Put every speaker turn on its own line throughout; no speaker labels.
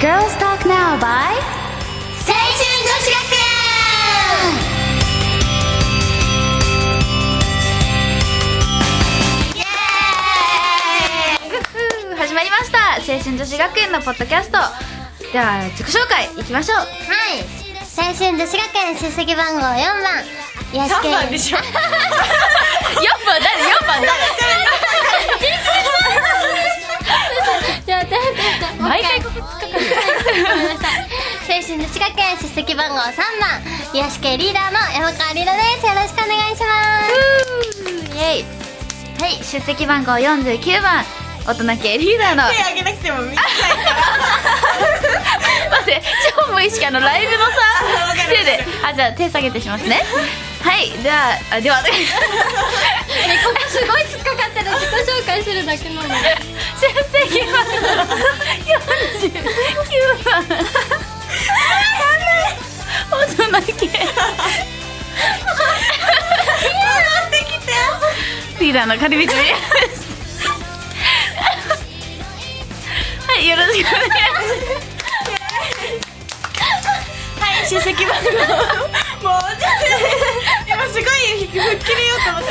Girls Talk Now by 青春女子学園イエーイ始まりました青春女子学園のポッドキャストでは自己紹介いきましょう
はい青春女子学園出席番号4番よしけ
番
い
で しょ
4番誰4番
ち ょっと待って
毎回
ここ突っかかる青春女子学園出席番号3番よしけリーダーの山川りろですよろしくお願いし ます
誰イエイはい出席番号49番大人系リーダーの
手挙げなくても見たい
待って超無意識あのライブの
わ
さ
かる
手であじゃあ手下げてしますねはいじゃああでは
ここすごい突っかかったら自己紹介するだけなのに
先生今49番大人系リーダーのカリビチミですはいよろしくお願いし
出席番号もうちょっと今すごい吹っ切れようと思った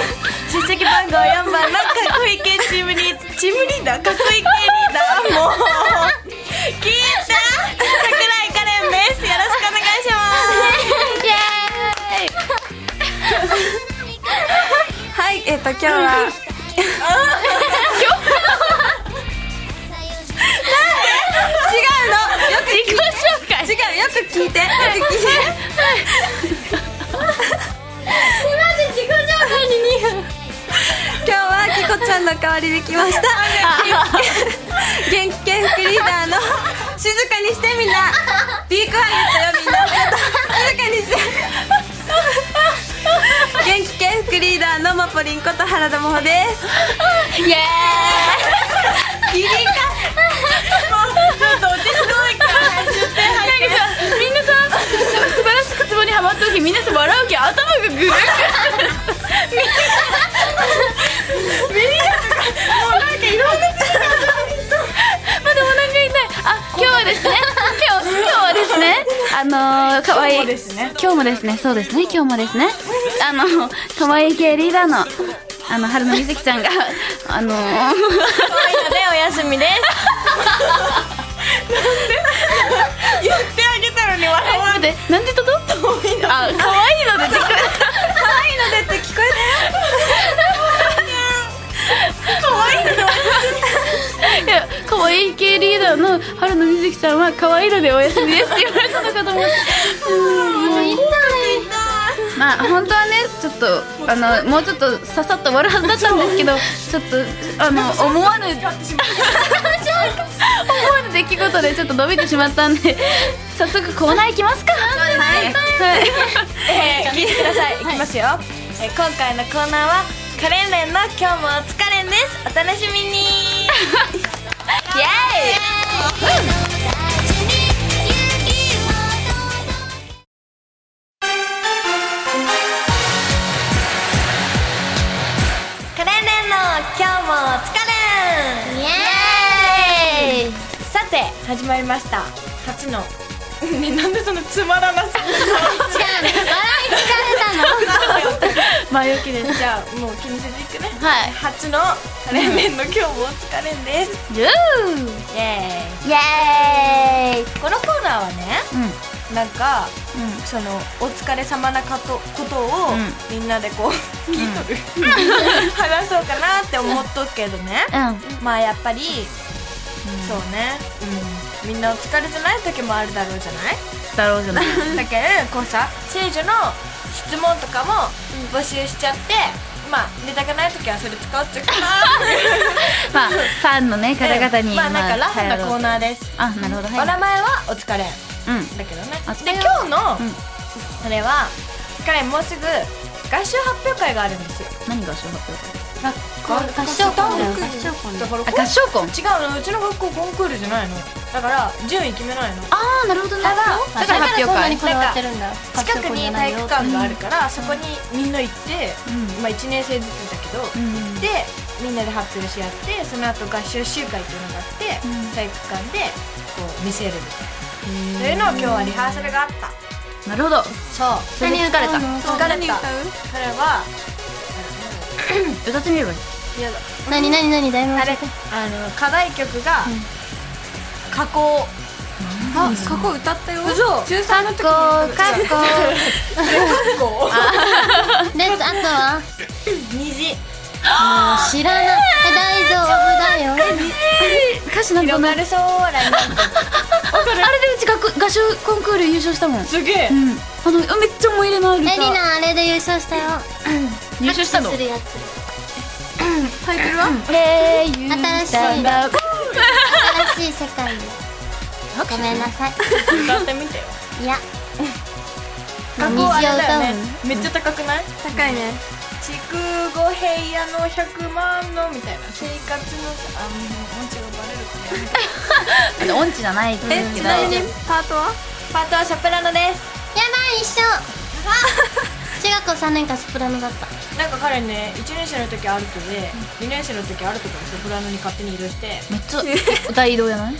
出席番号4番のかっこいい系チームにチームリーダーかっこいい系リーダーもう聞いた桜井カレンですよろしくお願いしますはいえっ、と今日は違うのよく
ます自己紹介
違うよく聞いてよく聞いて
自己紹介に2分
今日はキコちゃんの代わりで来ました元気系副リーダーの静かにしてみんなビークハイエットよみんな静かにして元気系副リーダーのマポリンこと原田真帆です
イエ
ビリかちょっと落ち着いから10点入
ーイなんかさみんなさ素晴らしくツボにはまった時みんなさ笑うけど頭がグルグル
っていろんな
まだお腹痛い。あ、今日はですね。今日、今日はですね。あのー、可愛いい。今日もですね。そうですね。今日もですね。あの、可愛い系リーダーの。あの、春野瑞希ちゃんが。あのー、
のでお休みです なんで言ってあげたのに笑わ
待って、なんでとど。
ないの
あ、可愛いので、できる。
可愛いのでって聞こえたよ。可愛いので。
いや可愛い系リーダーの春野瑞希ちゃんは可愛いのでお休みですって言われたのかと思ってまあ本当はねちょっとあのもうちょっとささっと終わるはずだったんですけどちょっとあの思わぬ思わぬ出来事でちょっと伸びてしまったんで 早速コーナー行きますかはい、はい
えー、聞いてください。いきますよ。えー、今回のコーナーはカレンレンの今日もお疲れんです。お楽しみ に。
イエーイ
カレンレンの今日もお疲れん。
イエーイ
さて始まりました。初の。 ね、なんでそのつまらなさ。
じゃあ笑い疲れたの
前置きです
じゃあもう気にせずいくね。
はい
初のカレンレンの今日もお疲れんです。
ジュー
イエー
イエーイ
イ。このコーナーはね。
うん
なんか
うん
そのお疲れ様なことことを
う
みんなでこう聞いとる、 話そうかなって思っとくけどね
うん
まあやっぱり、そうね、うん、みんなお疲れじゃない時もあるだろうじゃない
だろうじゃ ない
だけどこうさ聖女の質問とかも募集しちゃって、まあ出たくない時はそれ使おうっちゃうかな
まあファンのね方々に
まあなんかラフなコーナーです、
あなるほど
お
は
名前はお疲れ
いうん
だけどね
あそ
で
れ
今
は
日の、
うん
これは彼もうすぐ合唱発表会があるんですよ
何が合唱発表
合唱コンだよ合唱コン
だからこ
会あ合唱コン
違うのうちの学校コンクールじゃないのだから順位決めないの
ああなるほどね
ただ
だから発表
そんな
会
にこだわってるんだ
近くに体育館があるから、そこにみんな行って、
う
まあ1年生ずつだけど、
んうん
でみんなで発表し合ってその後合唱集会っていうのがあって、体育館でこう見せるみたいなそういうのを今日はリハーサルがあった
なるほど
そう
何疲れた
疲れた彼は
歌ってみればいい
嫌だ
なになになにだいぶ
あれあの課題曲が「加工」
あ、過去歌ったよ
嘘
中3の時
こうかっこ
加工
であとは
虹
知らない大丈夫だよ
歌詞なんか
広
な
がる将来の
あれでうち学合唱コンクール優勝したもんうん
すげえ
あのめっちゃ思い入れのある
エ
歌
リナあれで優勝したよ
優勝したの
拍手するやつ
タイトルは
えー優
新しい新しい世界にごめんなさい
歌ってみてよ
いや
加
虹を
工あれだよ
歌う
ね
の
めっちゃ高くない
高いね
築5平野の100万のみたいな生活のさあもう音痴がバレるかね
音痴じゃないけど
え、ちなみにパートは
パートはソプラノです
やばい一緒中学校3年間ソプラノだった
なんか彼ね1年生の時アルトで2年生の時アルトからソプラノに勝手に移動して
めっちゃ歌移動やない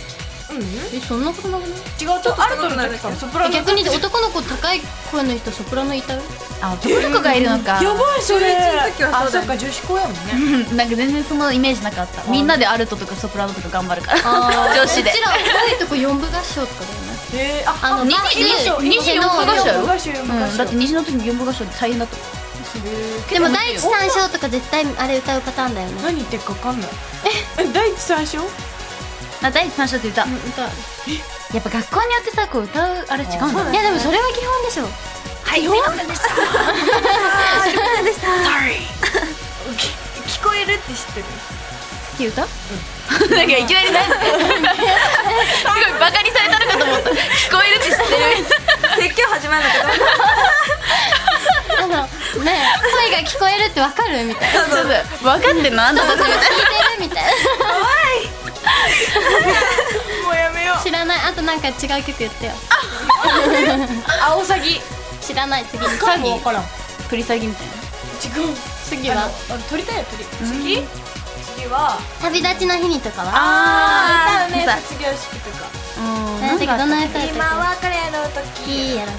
うん違
えそんなことなくないう
とアルトの時からソプラノ
逆に男の子高い声の人ソプラノいたよ
あ男の子がいるのか
やばいそれ
中の時は
あ
そうだ
そ
よ
っか女子校やもんね
うんなんか全然そのイメージなかったみんなでアルトとかソプラノとか頑張るから 女子で
うちら多いとこ4部合唱とかだよね
えー、あ
あの
に
バス
にに
の
部合唱やろ
部合唱部合唱
うんだって西の時の原部合唱大変だった
でも第一三章とか絶対あれ歌うパターンだよね
何言ってるか分かんないえ第一三章
あ第一三者って歌やっぱ学校によってさこう歌うあれ違うんだ
い
ね
やでもそれは基本でしょ
はいすいませんでした
聞こえるって知ってる
っていう歌なんかいきなり何 すごいバカにされたのかと思った聞こえる って知ってる
説教始まるんだけど
あのね声が聞こえるってわかるみたいな
そうそう分かってんのあんたたち
聞いてるみたいな
もうやめよう
知らないあとなんか違う曲言ってよ
アオサギ
知らない次
彼も分からん違
繰り下げみたいう
次
あの
は
あ鳥だよ鳥次次は
旅立ちの日にとかは
な
歌うね
さ
卒業式とか
うん
何だっけどんな歌やっ
今
たっ
は彼の
けい
時
いやろ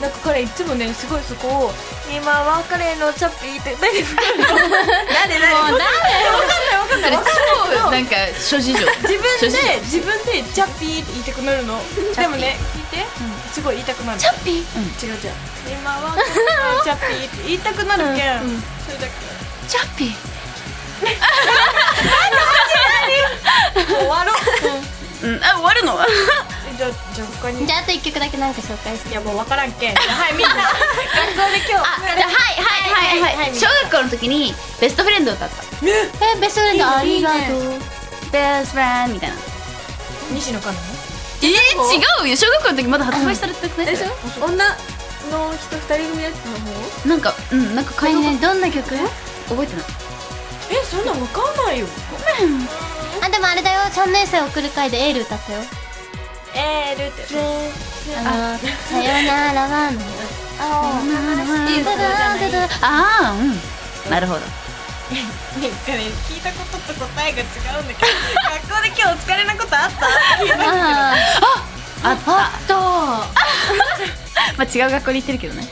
なんか彼いつもねすごいそこを今は彼のチャッピーって何
誰誰
それ超 なんか諸事情
自分
初心
で自分でチャッピーって言いたくなるのでもね聞いて、すごい言いたくなるチャッピー、違う違う今は彼のチャッピーって言いたくなるけん、それだけ
チャッピー
終わろう
うんあ終わるの
えじゃあじゃあ他に
じゃああと一曲だけなんか紹介して
いやもう分からんけんじゃあはいみんな 学校で今日
あじゃあはいはい はいはい小学校の時にベストフレンド歌った
えベストフレンドありがとう
ベストフレンドみたいな
西野カナの
えー、違うよ小学校の時まだ発売されてなくない
女の人二人組やつの方
なんかうんなんか
こ
会
れ
話
ねどんな曲
覚えてない
えそんなん分かんないよ
あでもあれだよ3年生送る会でエール歌ったよ
えールって
あのさよならはのあ
いい
ダダダダ
ああうんなるほど
なんかね聞いたことと答えが違うんだけど学校で今日お疲れなことあった
あ
あったあった まあ違う学校に行ってるけどね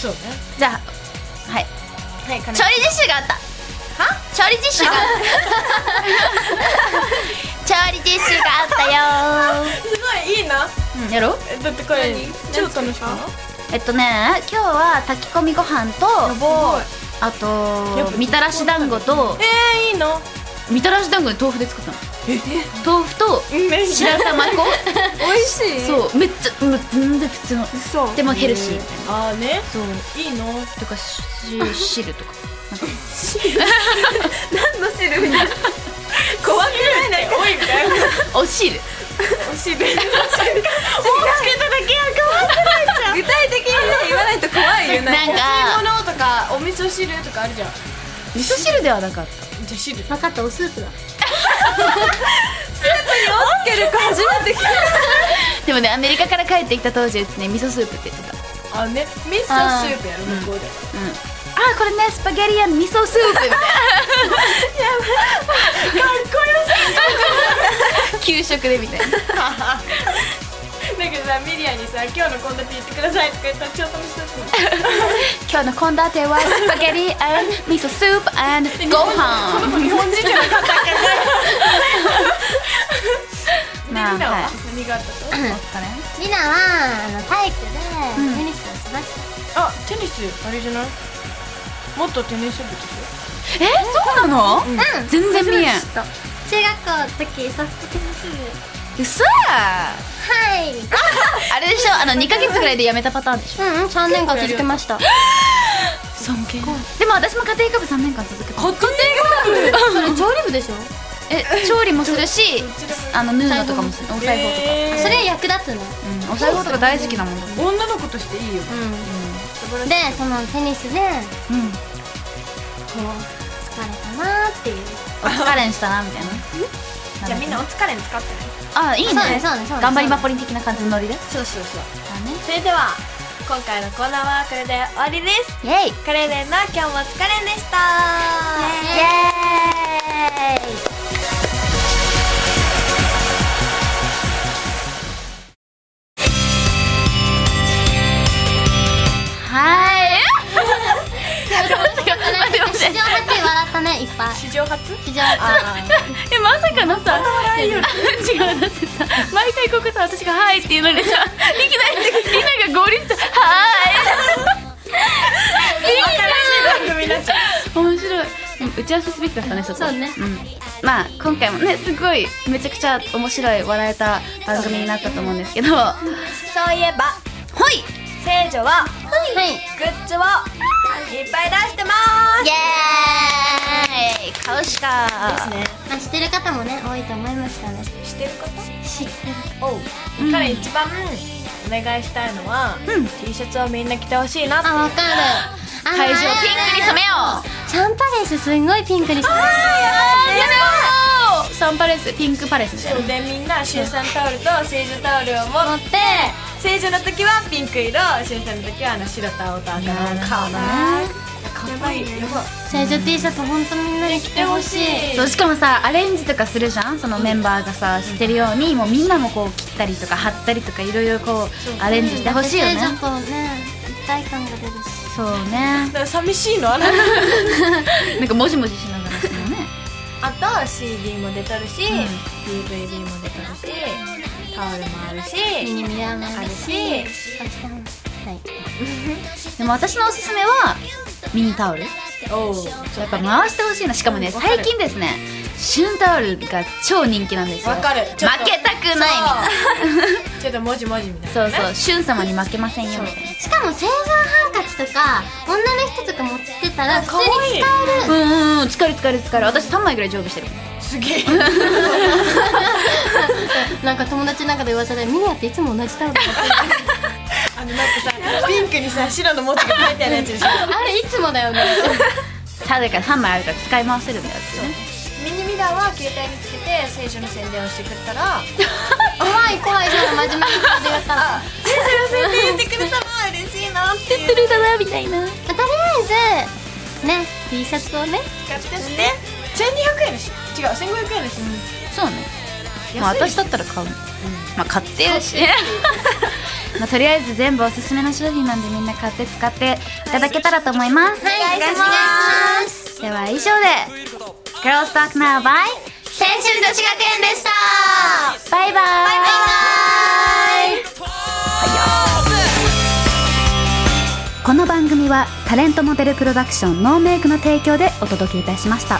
そうね
じゃあはい
はいか
調理実習があったは調理実習があった調理実習があったよ
すごいいいな
うんやろう
だってこれ超楽しかっ
えっとね今日は炊き込みご飯と
たやばい
あ
やっ
と
ぱ
みたらし団子と
えーいいの
みたらし団子で豆腐で作ったの豆腐と
めっち ゃ
白玉粉
美味しい
そうめっちゃもう全然普通の
そう
でもヘルシーみたいな
あーね
そう
いいの
とかし汁とか
何の汁みたいな
怖くないなんか多いみたいな
お汁
おしべもうつけただけやかわい
具体的にさ言わないと怖いよ
な
ね
んか
いものとかお味噌汁とかあるじゃん じ
味噌汁ではなかった
ゃあ 汁
分かったおスープだ
つけるか初めて聞い
でもねアメリカから帰ってきた当時うちね味噌スープって言ってた
あね味噌スープやろ向こうで
うんこれねスパゲリアン味噌スープみたいな給食でみたいな
だけどさミリアにさ「今日の献立言ってください」とか言ったら超楽しそうだ った
今日の献立はスパゲリアン味噌スープ and ご飯
日本人でも買ったか
まあ
らミリア
はい
は何があったと
リナはあの体育でテニスをしました、
あテニスあれじゃない元テニス部でし
えそうなの
うん
全然見えん
中学校の時ソフトテニス部
嘘
はい
あれでしょあの2ヶ月ぐらいでやめたパターンでしょ
うんうん3年間続けました
尊敬でも私も家庭科部3年間続けた
こっち
それ調理部でしょ
え調理もするしあのヌードとかもするお
ょ
裁縫とか、
えー
それ役立つの
うん、お裁縫とか大好きなもんだ
女の子としていいよ
うんでそのテニスで
うん
こう疲れたなーっていう
お疲れんしたなみたいな
じゃあみんなお疲れに使ってね
あいいね
そうねそうねそうね
頑張りまぽりん的な感じのノリでだ
そうそうそう
ね
それでは今回のコーナーはこれで終わりです
イエイイエーイ
カレーレンの今日もお疲れんでした
なんか史
はい
上初位笑ったねいっぱい
史上初
史上初
えまさかのさいや 違うだってさ毎回ここさ私が「はい」っていうのに さいきなりみんなが合流して「 は
新しい番組になっちゃう
ーい」面白いうん打ち合わせすべきだったねそこ
そうね
んまあ今回もねすごいめちゃくちゃ面白い笑えた番組になったと思うんですけどは
そういえば
い
聖女は
はいイ
グッズをいっぱい出してま
エーイ
買うしか
すね
まあ知ってる方もね多いと思いますからね
してる方
知ってる
おう、彼一番お願いしたいのは、T シャツをみんな着てほしいなって
あわかるあ
会場ピンクに染めよ
うサンパレスすんごいピンクに染めよ
うやめろサンパレスピンクパレスみたいな
でみんなシュウさんタオルと聖女タオルを
う
持
持
っ
って
て聖女の時はピンク色シュウさんの時はあの白と青と赤のカーやばいやばい
成長 T シャツほんとみんなに着てほしい
そうしかもさアレンジとかするじゃんそのメンバーがさ知ってるようにもうみんなもこう切ったりとか貼ったりとかいろいろこうアレンジしてほしいよね
成長とね一体感が出るし
そうね
だから寂しいのあなた
なんかもじもじしながらしてもね
あと CD も出とるし、DVD も出とるしタオルもあるし
ミニミラーもあるし
ある
あしたはい
でも私のおすすめはミニタオルや
おう
っぱ回してほしいなしかもね最近ですね旬タオルが超人気なんですよ
わかる
負
ちょっと
けたくないみたいな
ちょっともじもじみたいな
そう
ね
そう旬様に負けませんよみたいな
しかも正常ハンカチとか女の人とか持ってたら普通
かわい
に
い
使える
うんうんうん疲れ疲れ疲れ私3枚ぐらい常備してる
すげえ
なんか友達の中で噂でミニアっていつも同じタオル持ってる
あのなんかさピンクにさ白の文字が書いてあるやつでしょ
あれいつもだよね
さあだから3枚あるから使い回せるんだよってね
ミニミラーは携帯につけて聖書の宣伝をしてくれたら
怖い怖いそういうの真面目に言ってくれたら
聖書の宣伝言ってくれたら嬉しいなっていう
ルだなみたいな
まあとりあえずね T シャツをね
買ってして1200円だし違う1500円だし
そうねまあ私だったら買う、まあ買ってやるし まあとりあえず全部おすすめの商品なんでみんな買って使っていただけたらと思います、
お願いします
では以上で「Girls Talk Now
青春女子
by
学園でした」
バ
バ
イバイ
イバイ
この番組はタレントモデルプロダクションノーメイクの提供でお届けいたしました。